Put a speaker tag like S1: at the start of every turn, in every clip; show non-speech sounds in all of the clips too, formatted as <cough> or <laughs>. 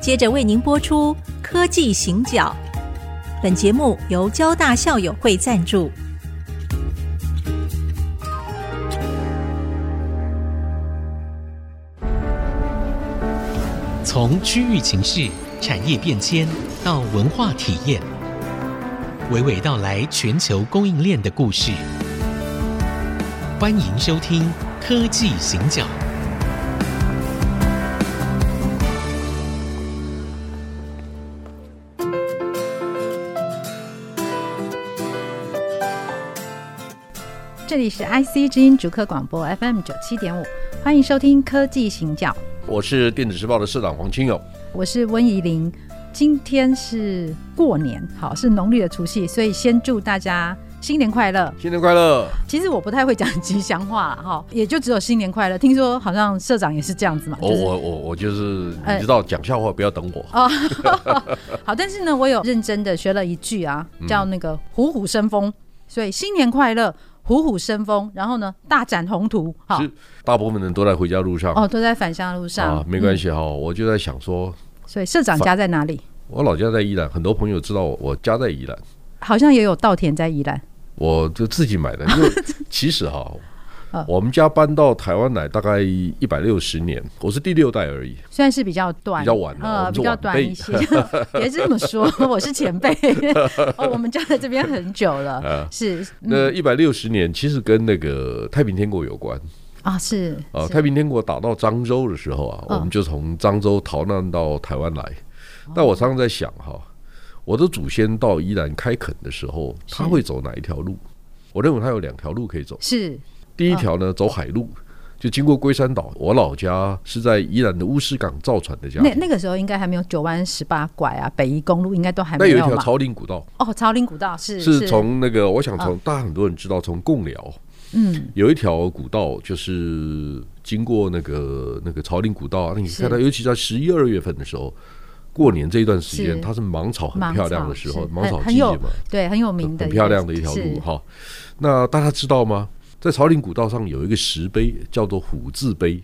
S1: 接着为您播出《科技行脚》。本节目由交大校友会赞助。
S2: 从区域情势、产业变迁到文化体验，娓娓道来全球供应链的故事。欢迎收听《科技行脚》。
S3: 这里是 IC 之音逐客广播 FM 九七点五，欢迎收听《科技行脚》，
S4: 我是电子时报的社长黄清友。
S3: 我是温怡玲。今天是过年，好是农历的除夕，所以先祝大家新年快乐。
S4: 新年快乐！
S3: 其实我不太会讲吉祥话啦哈，也就只有新年快乐。听说好像社长也是这样子嘛，
S4: 我
S3: 就是
S4: 哦我我我就是，
S3: 哎
S4: 你知道讲笑话不要等我。
S3: <laughs> 哦， <laughs> 好，但是呢，我有认真的学了一句啊，
S4: 嗯
S3: 叫那个“虎虎生风”，所以新年快乐，虎虎生风。然后呢，大展宏图，好
S4: 是大部分人都在回家路上
S3: 哦，都嗯在返乡路上，
S4: 啊，没关
S3: 系、
S4: 系哈。我就在想说，
S3: 所以社长家在哪里？
S4: 我老家在宜兰，很多朋友知道我我家在宜兰，
S3: 好像也有稻田在宜兰，
S4: 我就自己买的。
S3: <laughs>
S4: 因为其实哈
S3: 啊，
S4: 我们家搬到台湾来大概一百六十年，我是第六代而已。
S3: 虽然是比较短，
S4: 比较晚啊我
S3: 呃，
S4: 们
S3: 比
S4: 是
S3: 较
S4: 晚
S3: 短
S4: 辈
S3: 一些， <laughs> 别这么说， <laughs> 我是前辈。哦，我们家在这边很久
S4: <laughs>
S3: 了，是
S4: 嗯
S3: 嗯
S4: 那一百六十年其实跟那个太平天国有关
S3: 啊，是
S4: 啊。
S3: 是
S4: 太平天国打到漳州的时候啊，
S3: 嗯哦
S4: 我们就从漳州逃难到台湾来。但我常常在想哈，我的祖先到宜兰开垦的时候，
S3: 是
S4: 他会走哪一条路？我认为他有两条路可以走。
S3: 是
S4: 第一条呢，
S3: 嗯
S4: 走海路，就经过龟山岛。我老家是在宜兰的乌石港造船的家
S3: 那
S4: 庭，
S3: 那个时候应该还没有九弯十八拐啊，北宜公路应该都还
S4: 那
S3: 没
S4: 有一条
S3: 嘛。
S4: 朝林古道，
S3: 哦，朝林古道是
S4: 是从那个我想从大家很多人知道，从贡寮
S3: 嗯
S4: 有一条古道，就是经过那个那个朝林古道，那你
S3: 是
S4: 看到，尤其在十一二月份的时候。过年这一段时
S3: 是
S4: 间，它是芒草很
S3: 芒
S4: 漂亮
S3: 草
S4: 的时候，
S3: 是
S4: 芒
S3: 很
S4: 草
S3: 很
S4: 季节
S3: 有
S4: 嘛，
S3: 对很有名
S4: 很
S3: 的
S4: 很漂亮的一条
S3: 是
S4: 路哈。那大家知道吗？在朝林古道上有一个石碑，叫做虎字碑，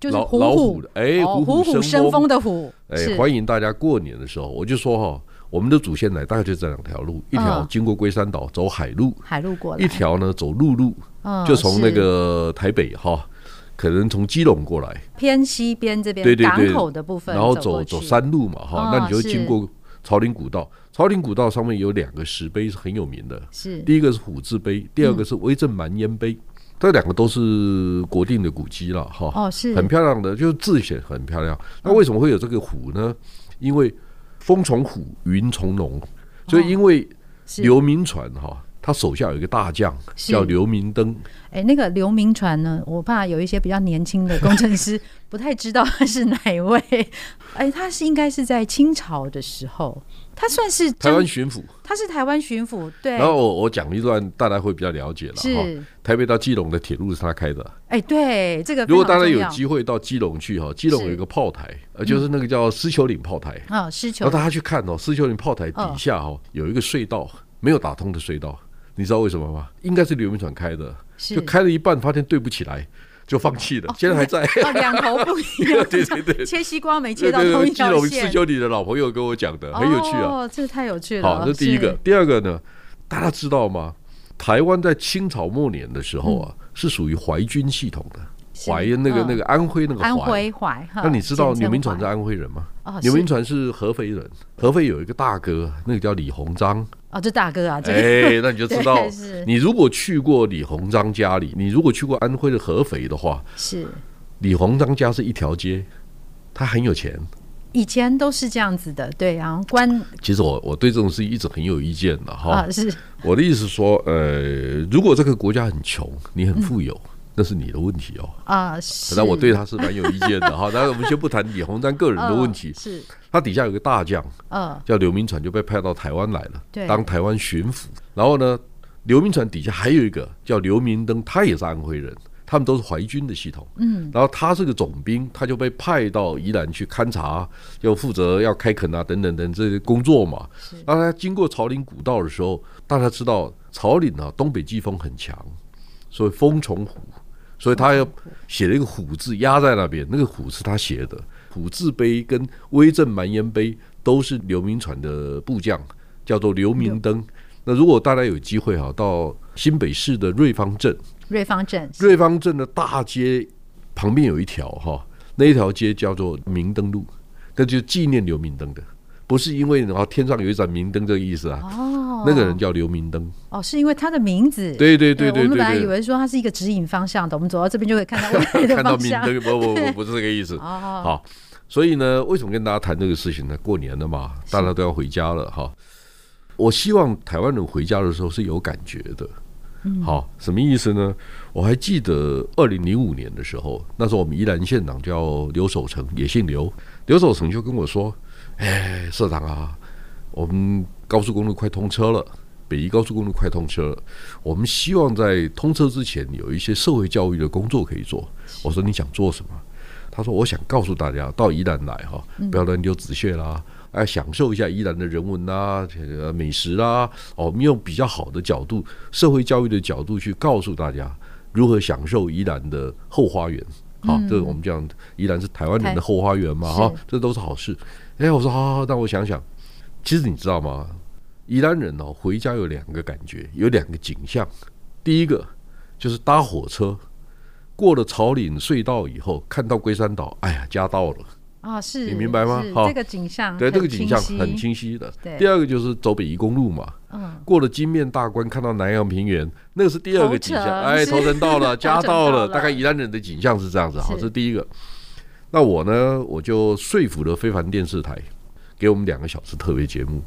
S3: 就是
S4: 老
S3: 虎
S4: 老
S3: 虎
S4: 虎的哎
S3: 哦
S4: 虎虎
S3: 虎
S4: 生
S3: 生
S4: 风
S3: 风的虎
S4: 哎，
S3: 是
S4: 欢迎大家过年的时候，我就说哈、我们的祖先来大概就这两条路，一条
S3: 嗯
S4: 经过龟山岛走海路，
S3: 海路过来
S4: 一条呢走陆路，
S3: 嗯
S4: 就从
S3: 是
S4: 那个台北哈、可能从基隆过来，
S3: 偏西边这边
S4: 对对对
S3: 港口的部分
S4: 然后
S3: 走
S4: 走
S3: 走
S4: 走山路嘛
S3: 嗯
S4: 哈、那你就会
S3: 是
S4: 经过朝林古道。朝林古道上面有两个石碑是很有名的，
S3: 是
S4: 第一个是虎字碑，第二个是威震蛮烟
S3: 嗯
S4: 碑，这两个都是国定的古迹了哈。
S3: 哦是嗯
S4: 很漂亮的，就是字写得很漂亮。那为什么会有这个虎呢？因为风从虎，云从龙，所以因为
S3: 哦是
S4: 刘铭传哈，他手下有一个大将
S3: 是
S4: 叫刘铭登，
S3: 哎那个刘铭传呢，我怕有一些比较年轻
S4: <laughs>
S3: 的工程师不太知道他是哪一位，哎他是应该是在清朝的时候，他算是
S4: 台
S3: 将
S4: 湾巡抚。
S3: 他是台湾巡抚对
S4: 然后我我讲一段，大家会比较了解了哈。
S3: 是。
S4: 台北到基隆的铁路是他开的。啊
S3: 哎，对，这个
S4: 如果
S3: 非常
S4: 大家
S3: 重
S4: 有
S3: 要
S4: 机会到基隆去哈，基隆
S3: 是
S4: 有一个炮台，呃，就是那个叫狮球岭炮台。
S3: 啊，狮球
S4: 然后大家去看哦，狮球岭炮台底下哦，有一个隧道没有打通的隧道，你知道为什么吗？应该是刘铭传开的，
S3: 是
S4: 就开了一半，发现对不起来，就放弃了。现
S3: <laughs>
S4: 在还在。
S3: 嗯哦，两头不一样，
S4: <laughs> 对对对
S3: 切西瓜没切
S4: 对
S3: 到
S4: 对
S3: 同一
S4: 对，基
S3: 条
S4: 隆
S3: 线
S4: 四，九里的老朋友跟我讲的，很有趣啊。
S3: 哦，这太有趣了。
S4: 好，这第一个
S3: 是，，
S4: 第二个呢，大家知道吗？台湾在清朝末年的时候啊，是属于淮军系统的，
S3: 是
S4: 淮那个
S3: 嗯
S4: 那个安徽那个
S3: 安
S4: 淮。
S3: 徽嗯淮哈。
S4: 那你知道
S3: 简称
S4: 刘铭传
S3: 淮
S4: 是安徽人吗？
S3: 哦，
S4: 刘
S3: 是
S4: 铭传是合肥人，合肥有一个大哥，那个叫李鸿
S3: <laughs>
S4: 章。
S3: 哦，这大哥啊，这个
S4: 哎，那你就知道
S3: 对是，
S4: 你如果去过李鸿章家里，你如果去过安徽的合肥的话，
S3: 是
S4: 李鸿章家是一条街，他很有钱。
S3: 以前都是这样子的，对，然后官
S4: 其实我我对这种事情一直很有意见的哈。
S3: 啊是
S4: 我的意思说，呃，如果这个国家很穷，你很富有，那是你的问题哦。
S3: 啊嗯是。
S4: 那我对他是蛮有意见的
S3: <laughs>
S4: 哈。但是我们先不谈李鸿章个人的问题
S3: 嗯，是
S4: 他底下有个大将
S3: 呃
S4: 叫刘铭传，就被派到台湾来了
S3: 对，
S4: 当台湾巡抚。然后呢，刘铭传底下还有一个叫刘明登，他也是安徽人，他们都是淮军的系统。
S3: 嗯，
S4: 然后他是个总兵，他就被派到宜兰去勘察，要负责要开垦啊等等等这些工作嘛。那他经过朝林古道的时候，大家知道朝林啊，东北季风很强，所以风从虎，所以他要写了一个虎字压在那边，那个虎是他写的。虎字碑跟威震蛮烟碑都是刘铭传的部将，叫做刘明灯。那如果大家有机会哈、到新北市的瑞芳镇，
S3: 瑞芳镇
S4: 瑞芳镇的大街旁边有一条哈，那一条街叫做明灯路，那就是纪念刘明灯的，不是因为啊天上有一盏明灯这个意思啊。
S3: 哦，
S4: 那个人叫刘明灯，
S3: 哦，是因为他的名字。
S4: 对对对
S3: 我
S4: 对
S3: 们本
S4: 对
S3: 来以
S4: 对，
S3: 为说它是一个指引方向的，我们走到这边就可以看到未来的
S4: <laughs> 看到
S3: 方
S4: 明
S3: 向。
S4: 灯，不不不，不是这个意思。
S3: 哦，
S4: 好，所以呢，为什么跟大家谈这个事情呢？过年了嘛，大家都要回家了哈。我希望台湾人回家的时候是有感觉的。好，什么意思呢？我还记得二零零五年的时候，那时候我们宜兰县长叫刘守成，也姓刘。刘守成就跟我说：“哎，社长啊，我们高速公路快通车了，北宜高速公路快通车了，我们希望在通车之前有一些社会教育的工作可以做。”我说：“你想做什么？”他说：“我想告诉大家，到宜兰来哈，不要乱丢纸屑啦，哎，享受一下宜兰的人文啦、这个美食啦。哦，我们用比较好的角度、社会教育的角度去告诉大家如何享受宜兰的后花园。好、这个我们讲宜兰是台湾人的后花园嘛，
S3: 是
S4: 哈、这都是好事。哎，我说好好好，那我想想，其实你知道吗？宜兰人哦，回家有两个感觉，有两个景象。第一个就是搭火车过了草岭隧道以后，看到龟山岛，哎呀，家到了，
S3: 啊，是，
S4: 你明白吗
S3: 是
S4: 好
S3: 这个景象，
S4: 对，这个景象很
S3: 晰。
S4: 清晰的
S3: 对。
S4: 第二个就是走北宜公路嘛，
S3: 嗯，
S4: 过了金面大关，看到南洋平原，那个是第二个景象。
S3: 头城
S4: 哎，
S3: <laughs> 是
S4: 头城到了，
S3: 头城到
S4: 家到了，
S3: 了
S4: 大概宜兰人的景象是这样子，好，
S3: 是
S4: 这是第一个。那我呢，我就说服了非凡电视台，给我们两个小时特别节目，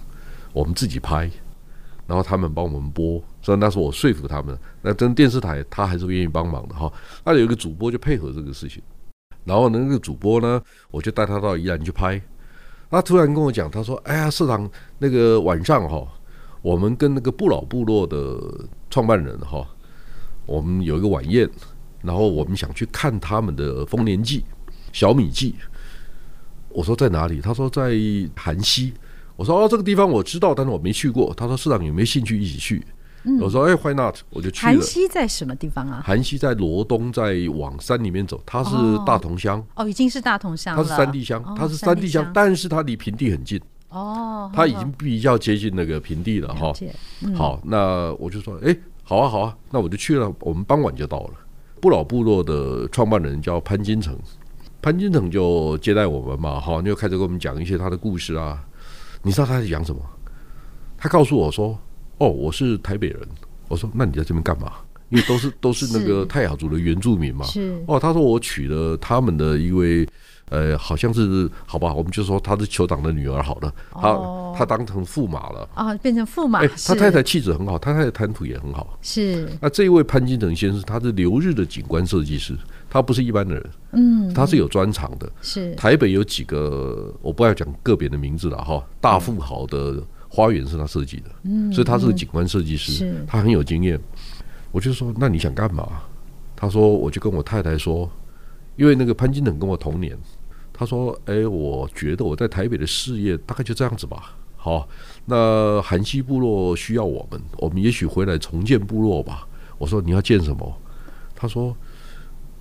S4: 我们自己拍，然后他们帮我们播，所以那时候我说服他们，那真电视台他还是愿意帮忙的哈。那有一个主播就配合这个事情，然后呢，那个主播呢，我就带他到宜兰去拍，他突然跟我讲，他说：“哎呀，社长，那个晚上哈、我们跟那个不老部落的创办人哈、我们有一个晚宴，然后我们想去看他们的丰年祭、小米祭。”我说在哪里？他说在韩溪。我说哦，这个地方我知道，但是我没去过。他说社长有没有兴趣一起去？我说哎，Why not？我就去
S3: 嗯韩
S4: 了。
S3: 熙在什么地方啊？
S4: 韩溪在罗东，再往山里面走，它是
S3: 哦
S4: 大同乡，
S3: 哦，已经是大同乡
S4: 它
S3: 了，
S4: 是山地乡
S3: 哦，
S4: 它是
S3: 山
S4: 山地乡，但是它离平地很近，
S3: 哦，
S4: 它已经比较接近那个平地了哈
S3: 了。解嗯
S4: 好，那我就说，哎，好啊，好啊，那我就去了。我们傍晚就到了。不老部落的创办人叫潘金城，潘金城就接待我们嘛，哈，就开始跟我们讲一些他的故事啊。你知道他在讲什么？他告诉我说：“哦，我是台北人。”我说：“那你在这边干嘛？”因为都是都是那个
S3: 是
S4: 泰雅族的原住民嘛。
S3: 是
S4: 哦，他说我娶了他们的一位，呃，好像是好吧，我们就说她是酋长的女儿好了，她、
S3: 哦
S4: 她当成驸马了。
S3: 啊，变成驸马
S4: 哎，，
S3: 是
S4: 他太太气质很好，他太太谈吐也很好。
S3: 是
S4: 那这一位潘金城先生，他是留日的景观设计师，他不是一般的人，
S3: 嗯
S4: 他是有专长的。
S3: 是
S4: 台北有几个，我不要讲个别的名字了哈，大富豪的花园是他设计的，所以他是个景观设计师
S3: 嗯是，
S4: 他很有经验。我就说，那你想干嘛？他说，我就跟我太太说，因为那个潘金城跟我同年，他说，哎，我觉得我在台北的事业大概就这样子吧。好，那韩西部落需要我们，我们也许回来重建部落吧。我说你要建什么？他说，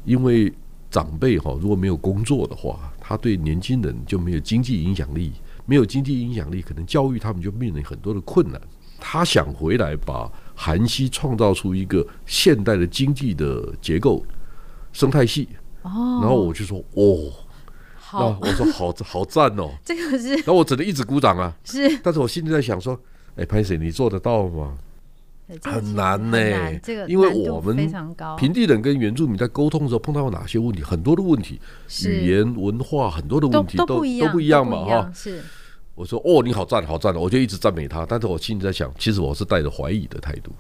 S4: 因为长辈哈、如果没有工作的话，他对年轻人就没有经济影响力，没有经济影响力，可能教育他们就面临很多的困难。他想回来把韩熙创造出一个现代的经济的结构生态系，
S3: 哦，
S4: 然后我就说哦，那
S3: 好，
S4: 我说好好赞哦，
S3: 这个是
S4: 然后我只能一直鼓掌啊，
S3: 是
S4: 但是我心里在想说，哎，潘姐你做得到吗？
S3: 这个
S4: 很难呢、
S3: 很难这个
S4: 因为
S3: 难度
S4: 我们
S3: 非常高
S4: 平地人跟原住民在沟通的时候碰到哪些问题，很多的问题，
S3: 是
S4: 语言、文化很多的
S3: 都
S4: 问题
S3: 都
S4: 都
S3: 不一样，
S4: 不一样嘛哈。
S3: 是
S4: 我说哦，你好赞，好赞，我就一直赞美他，但是我心里在想，其实我是带着怀疑的态度，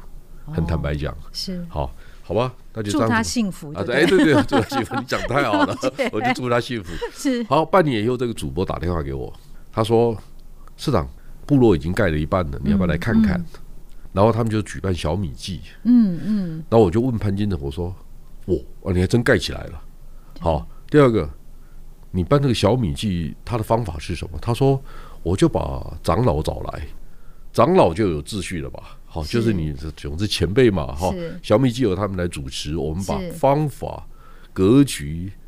S4: 很坦白讲，
S3: 是，
S4: 好，好吧，那就这
S3: 哦祝他
S4: 样子。
S3: 幸福
S4: 啊，
S3: 就对
S4: 对哎，
S3: 了，
S4: 对对，祝他幸福，你讲太好
S3: <laughs>
S4: 了
S3: 了解，
S4: 我就祝他幸福。
S3: <laughs> 是
S4: 好，半年以后，这个主播打电话给我，他说：“市长，部落已经盖了一半了，你要不要来看看？”然后他们就举办小米祭，
S3: 嗯嗯，
S4: 然后我就问潘金城，我说：“我啊，你还真盖起来了。”好，第二个，你办这个小米记，他的方法是什么？他说：“我就把长老找来，长老就有秩序了吧？好，
S3: 是
S4: 就是你这总之前辈嘛，哈
S3: 是，
S4: 小米记由他们来主持，我们把
S3: 是
S4: 方法、格局、
S3: 嗯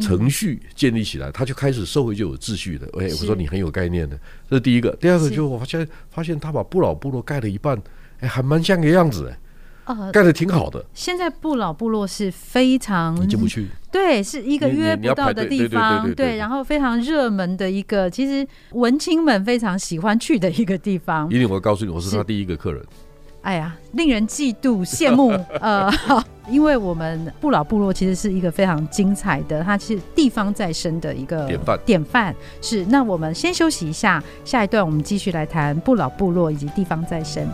S4: 程序建立起来，他就开始社会就有秩序了。哎，我说你很有概念的，这是第一个。第二个
S3: 是
S4: 就是我发现发现他把不老部落盖了一半，哎，还蛮像个样子，哎
S3: 呃，
S4: 盖的挺好的，
S3: 现在不老部落是非常
S4: 你进不去。
S3: <laughs> 对，是一个
S4: 你
S3: 约
S4: 你你要
S3: 不到
S4: 排
S3: 的
S4: 队
S3: 地
S4: 对对对
S3: 方，
S4: 对对对
S3: 然后非常热门的一个，其实文青们非常喜欢去的一个地方。
S4: 一定我告诉你，我是
S3: 是
S4: 他第一个客人。
S3: 哎呀，令人嫉妒、羡
S4: <laughs>
S3: 慕。呃，好因为我们不老部落其实是一个非常精彩的，它是地方再生的一个
S4: 典范
S3: 典范是，那我们先休息一下，下一段我们继续来谈不老部落以及地方再生。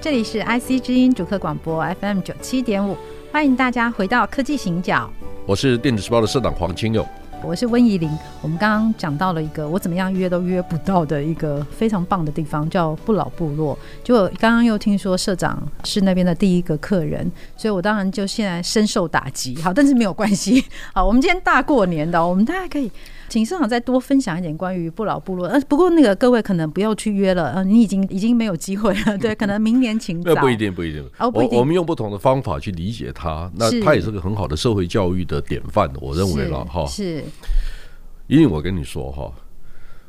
S3: 这里是 IC 之音主客广播 FM 九七点五，欢迎大家回到科技行脚。
S4: 我是电子时报的社长黄清勇。
S3: 我是温怡玲。我们刚刚讲到了一个我怎么样约都约不到的一个非常棒的地方，叫不老部落。结果刚刚又听说社长是那边的第一个客人，所以我当然就现在深受打击。好，但是没有关系。好，我们今天大过年的，我们大家可以。请社长再多分享一点关于不老部落，呃，不过那个各位可能不要去约了，呃，你已经已经没有机会了，对，可能明年请
S4: 那
S3: 早。
S4: 哎不一定，不一定。
S3: 哦不一定
S4: 我我们用不同的方法去理解它，那
S3: 是
S4: 它也是个很好的社会教育的典范，我认为了
S3: 是
S4: 哈。
S3: 是
S4: 因为我跟你说哈，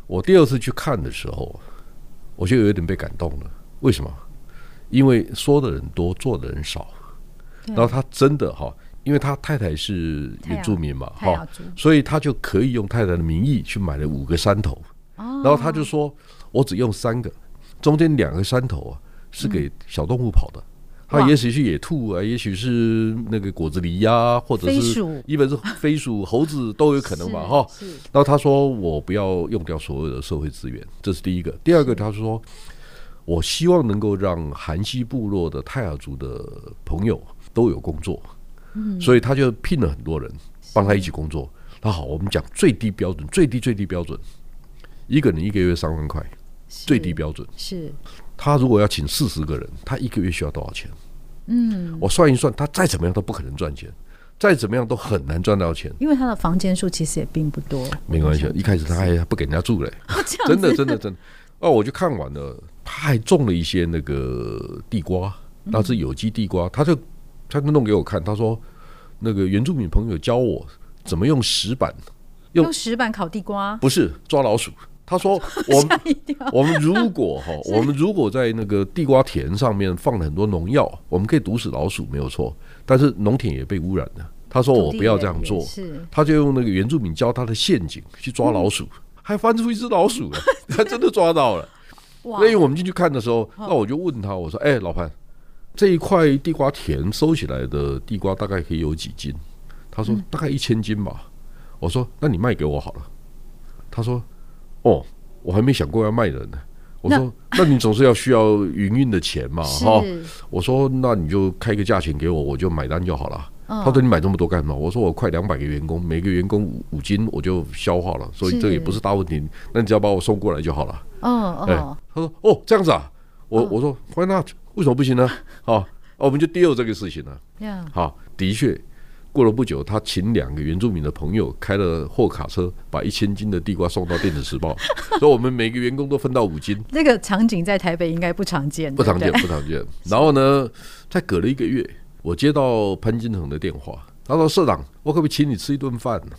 S4: 我第二次去看的时候，我就有点被感动了。为什么？因为说的人多，做的人少。
S3: 对
S4: 然后他真的哈，因为他太太是
S3: 太阳
S4: 原住民嘛
S3: 太阳
S4: 哈
S3: 族，
S4: 所以他就可以用太太的名义去买了五个山头。
S3: 哦
S4: 然后他就说：“我只用三个，中间两个山头啊是给小动物跑的。
S3: 哇
S4: 它也许是野兔啊，也许是那个果子狸呀、或者
S3: 飞
S4: 是
S3: 鼠
S4: 一本是飞鼠、猴子都有可能嘛，
S3: 是
S4: 哈。
S3: 是
S4: 然后他说我不要用掉所有的社会资源，这是第一个。第二个，他说我希望能够让韩西部落的泰雅族的朋友都有工作，所以他就聘了很多人帮他一起工作。那好，我们讲最低标准，最低最低标准，一个人一个月三万块，
S3: 是
S4: 最低标准。
S3: 是
S4: 他如果要请四十个人，他一个月需要多少钱？嗯，我算一算，他再怎么样都不可能赚钱，再怎么样都很难赚到钱。
S3: 因为他的房间数其实也并不多，
S4: 没关系，一开始他还不给人家住嘞、
S3: 这样
S4: 真
S3: 子
S4: 的真的真的。哦，我就看完了，他还种了一些那个地瓜，
S3: 嗯
S4: 那是有机地瓜，他就他就弄给我看，他说那个原住民朋友教我怎么用石板，用
S3: 用石板烤地瓜，
S4: 不是抓老鼠。他说我
S3: <laughs>
S4: 们
S3: 一定要
S4: 我们如果哈，我们如果在那个地瓜田上面放了很多农药，我们可以毒死老鼠没有错，但是农田也被污染了。他说哦我不要这样做，
S3: 是
S4: 他就用那个原住民教他的陷阱去抓老鼠，
S3: 嗯
S4: 还翻出一只老
S3: <laughs>
S4: 鼠来，他真的抓到了。
S3: 哇哦
S4: 那因为我们进去看的时候，那我就问他，我说：“哎、老潘，这一块地瓜田收起来的地瓜大概可以有几斤？”他
S3: 嗯
S4: 说：“大概一千斤吧。我说：“那你卖给我好了。”他说：“哦，我还没想过要卖人呢。”我说：“那你总是要需要营运的钱嘛，
S3: <laughs>
S4: 哈。”
S3: 是
S4: 我说：“那你就开个价钱给我，我就买单就好了。”
S3: 嗯
S4: 他说：“你买这么多干嘛？”我说：“我快两百个员工，每个员工五五斤，我就消化了，所以这个也不是大问题。那你只要把我送过来就好了。”
S3: 哦
S4: 哎
S3: 哦，
S4: 他说哦这样子啊，我、我说 why not？为什么不行呢？好、啊我们就 deal 这个事情呢、
S3: 这样
S4: 好、的确，过了不久，他请两个原住民的朋友开了货卡车，把一千斤的地瓜送到电子时报，所以我们每个员工都分到五斤，
S3: 那个场景在台北应该不常见，
S4: 不常
S3: 对
S4: 见
S3: 不对
S4: 不常见。然后呢，再隔了一个月，我接到潘金恒的电话，他说社长，我可不可以请你吃一顿饭呢？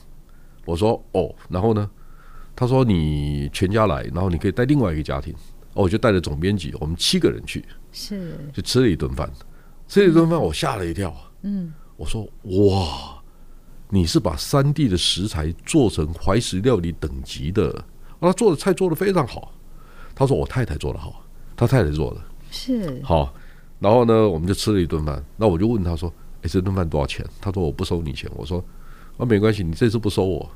S4: 我说哦，然后呢？他说你全家来，然后你可以带另外一个家庭。哦，我就带着总编辑，我们七个人去。
S3: <laughs> 是
S4: 就吃了一顿饭，吃了一顿饭，我吓了一跳。嗯，我说哇，你是把山地的食材做成怀石料理等级的，哦他做的菜做的非常好。他说我太太做的好，他太太做的
S3: 是
S4: 好。然后呢，我们就吃了一顿饭。那我就问他说：“哎，这顿饭多少钱？”他说：“我不收你钱。”我说：“啊，没关系，你这次不收我，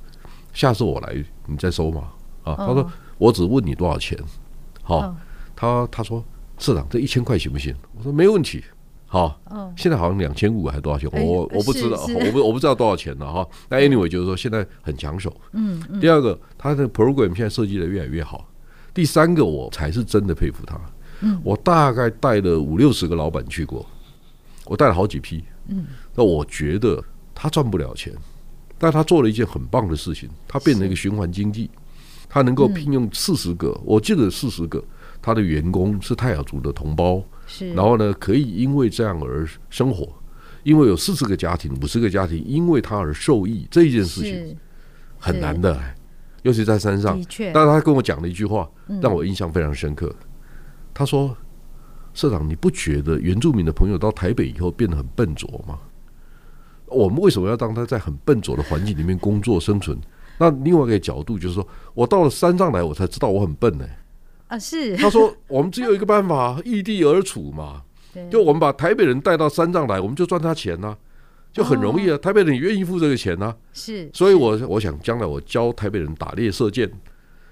S4: 下次我来你再收嘛。”啊，他说：“我只问你多少钱。”好，
S3: 哦
S4: 他他说社长这一千块行不行？我说没问题。好，
S3: 哦
S4: 现在好像两千五还多少钱？
S3: 哎
S4: 我
S3: 呃
S4: 我不
S3: 是
S4: 知道，
S3: 是
S4: <laughs> 我不我不知道多少钱了哈。那 anyway 就是说现在很抢手。嗯嗯。第二个，他的 program 现在设计的越来越好。第三个，我才是真的佩服他。嗯。我大概带了五六十个老板去过，我带了好几批。嗯。那我觉得他赚不了钱，但他做了一件很棒的事情，他变成一个循环经济，他能
S3: 嗯
S4: 够聘用四十个，我记得四十个他的员工是泰雅族的同胞，
S3: 是，
S4: 然后呢，可以因为这样而生活，因为有四十个家庭、五十个家庭因为他而受益，这一件事情
S3: 是
S4: 很难的，尤其在山上
S3: 的。确，
S4: 但是他跟我讲了一句话，让我印象非常深刻。他说：“社长，你不觉得原住民的朋友到台北以后变得很笨拙吗？我们为什么要让他在很笨拙的环境里面工作生存？那另外一个角度就是说，我到了山上来，我才知道我很笨呢、
S3: 啊是，
S4: 他说：“我们只有一个办法，异地而处嘛。
S3: 对
S4: 就我们把台北人带到山上来，我们就赚他钱呐、就很容易啊。台北人也愿意付这个钱呐、
S3: 是，
S4: 所以我我想将来我教台北人打猎射箭，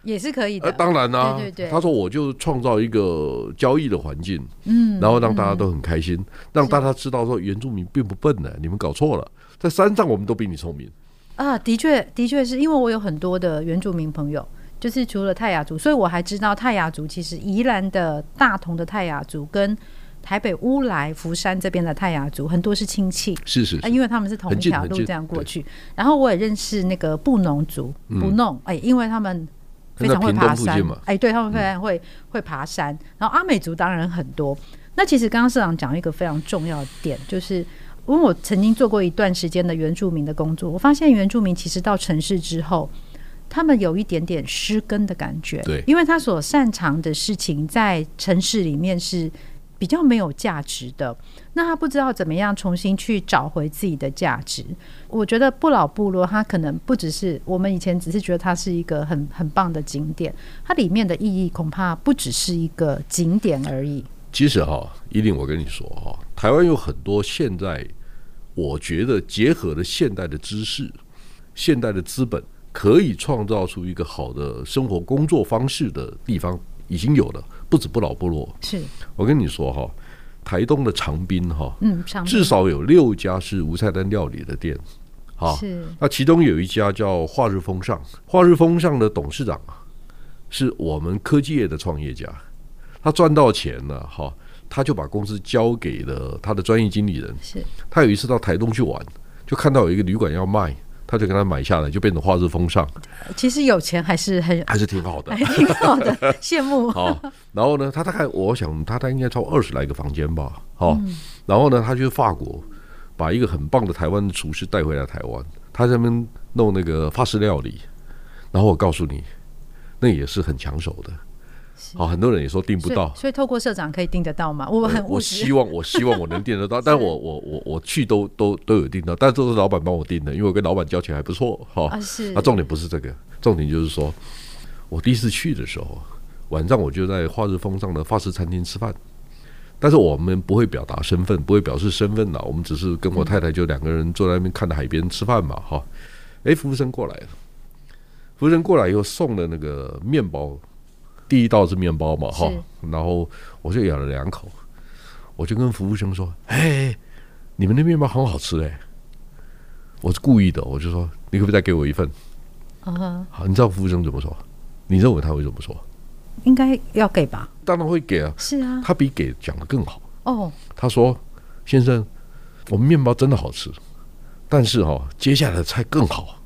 S3: 也是可以的，
S4: 呃，当然啦、
S3: 对对对
S4: 他说我就创造一个交易的环境，嗯，然后让大家都很开心，让大家知道说原住民并不笨呢、你们搞错了，在山上我们都比你聪明。
S3: 啊，的确，的确是因为我有很多的原住民朋友，就是除了泰雅族，所以我还知道泰雅族其实宜兰的大同的泰雅族跟台北乌来福山这边的泰雅族很多是亲戚。
S4: 是是
S3: 啊，
S4: 是，
S3: 因为他们是同一
S4: 很近
S3: 条
S4: 很
S3: 路
S4: 近
S3: 这样过
S4: 对嗯
S3: 去，然后我也认识那个布农族，布农，哎、因为他们非常会
S4: 那屏
S3: 爬
S4: 东附
S3: 山
S4: 近嘛，嗯
S3: 哎、对他们非常会、会爬山。然后阿美族当然很多。那其实刚刚社长讲一个非常重要的点，就是因为我曾经做过一段时间的原住民的工作，我发现原住民其实到城市之后，他们有一点点失根的感觉，
S4: 对
S3: 因为他所擅长的事情在城市里面是比较没有价值的，那他不知道怎么样重新去找回自己的价值。我觉得不老部落，它可能不只是我们以前只是觉得它是一个很很棒的景点，它里面的意义恐怕不只是一个景点而已。
S4: 其实哈、一定我跟你说哈、台湾有很多现在我觉得结合了现代的知识、现代的资本，可以创造出一个好的生活工作方式的地方，已经有了，不止不老部落。
S3: 是，
S4: 我跟你说哈、台东的长滨哈、
S3: 嗯，上
S4: 至少有六家是无菜单料理的店，好，
S3: 是
S4: 那其中有一家叫华日风尚，华日风尚的董事长啊，是我们科技业的创业家，他赚到钱了，哈，他就把公司交给了他的专业经理人。
S3: 是
S4: 他有一次到台东去玩，就看到有一个旅馆要卖，他就给他买下来，就变成华日风尚，
S3: 其实有钱还是很
S4: 还是挺好的
S3: 还。挺好的，羡慕。
S4: <laughs> 好，哦然后呢，他大概我想他他应该超二十来个房间吧，好、
S3: 嗯
S4: 然后呢，他去法国把一个很棒的台湾厨师带回来台湾，他在那边弄那个法式料理，然后我告诉你，那也是很抢手的，好、很多人也说订不
S3: 所以
S4: 到，
S3: 所以透过社长可以订得到吗？我很
S4: 呃
S3: 务
S4: 我
S3: 实
S4: 希望我希望我能订得到，但我我我我去都都都有订到，但都是老板帮我订的，因为我跟老板交情还不错哦哈。
S3: 啊是
S4: 那重点不是这个，重点就是说，我第一次去的时候，晚上我就在华日风上的法式餐厅吃饭。但是我们不会表达身份，不会表示身份啦，啊我们只是跟我太太就两个人坐在那边看着海边吃饭嘛，哈。诶，服务生过来了，服务生过来以后送了那个面包，第一道是面包嘛，哈。然后我就咬了两口，我就跟服务生说：“哎，你们的面包很好吃嘞。”我是故意的，我就说：“你可不可以再给我一份
S3: 嗯哼，？”
S4: 好，你知道服务生怎么说？你认为他会怎么说？
S3: 应该要给吧？
S4: 当然会给啊，
S3: 是啊，
S4: 他比给讲的更好。
S3: 哦，
S4: 他说：“先生，我们面包真的好吃，但是哈、接下来的菜更好。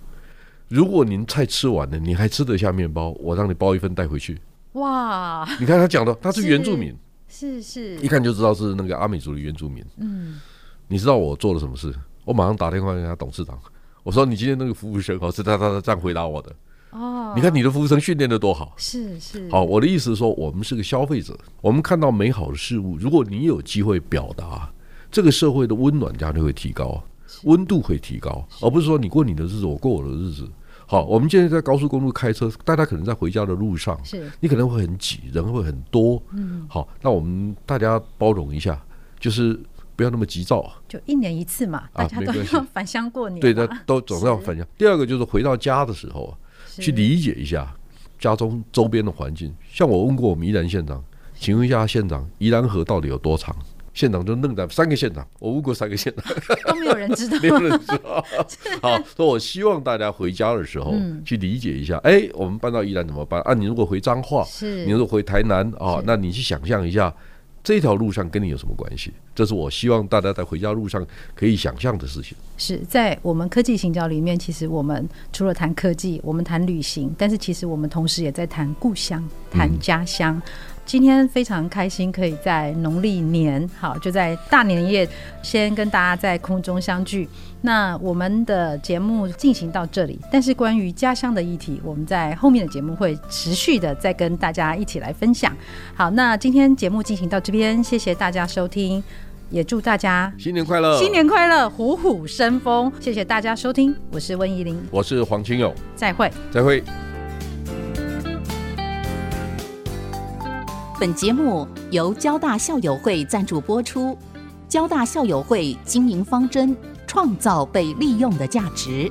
S4: 如果您菜吃完了，你还吃得下面包，我让你包一份带回去。
S3: 哇，”
S4: 你看他讲的，他是原住民，
S3: 是是
S4: 一，看就知道是那个阿美族的原住民。嗯，你知道我做了什么事？我马上打电话给他董事长，我说：“你今天那个服务生哦，是他他他这样回答我的。
S3: 哦，
S4: 你看你的服务生训练的多好。”
S3: 是是，
S4: 好，我的意思是说，我们是个消费者，我们看到美好的事物，如果你有机会表达，这个社会的温暖价值会提高，啊温度会提高，而不是说你过你的日子，我过我的日子。好，我们现在在高速公路开车，大家可能在回家的路上，
S3: 是
S4: 你可能会很挤，人会很多。嗯，好，那我们大家包容一下，就是不要那么急躁。
S3: 就一年一次嘛，大
S4: 啊
S3: 家
S4: 没
S3: 都
S4: 关系
S3: 要返乡过年，
S4: 对的，那，都总要分享。第二个就是回到家的时候啊，
S3: 是
S4: 去理解一下家中周边的环境。像我问过我们宜兰县长，请问一下县长，宜兰河到底有多长？县长就愣在三个县长，我问过三个县长，
S3: 都没有人知道
S4: <laughs> 没有人知
S3: <laughs>
S4: 道。好，所以我希望大家回家的时候
S3: 嗯
S4: 去理解一下，哎、我们搬到宜兰怎么办？啊，你如果回彰化，
S3: 是
S4: 你如果回台南啊，那你去想象一下这条路上跟你有什么关系？这是我希望大家在回家路上可以想象的事情。
S3: 是在我们科技行脚里面，其实我们除了谈科技，我们谈旅行，但是其实我们同时也在谈故乡、谈家乡。今天非常开心，可以在农历年，好就在大年夜，先跟大家在空中相聚。那我们的节目进行到这里，但是关于家乡的议题，我们在后面的节目会持续的再跟大家一起来分享。好，那今天节目进行到这边，谢谢大家收听，也祝大家
S4: 新年快乐！
S3: 新，年快乐，虎虎生风。谢谢大家收听，我是温怡玲，
S4: 我是黄清勇，
S3: 再会。
S4: 再会。
S1: 本节目由交大校友会赞助播出。交大校友会经营方针：创造被利用的价值。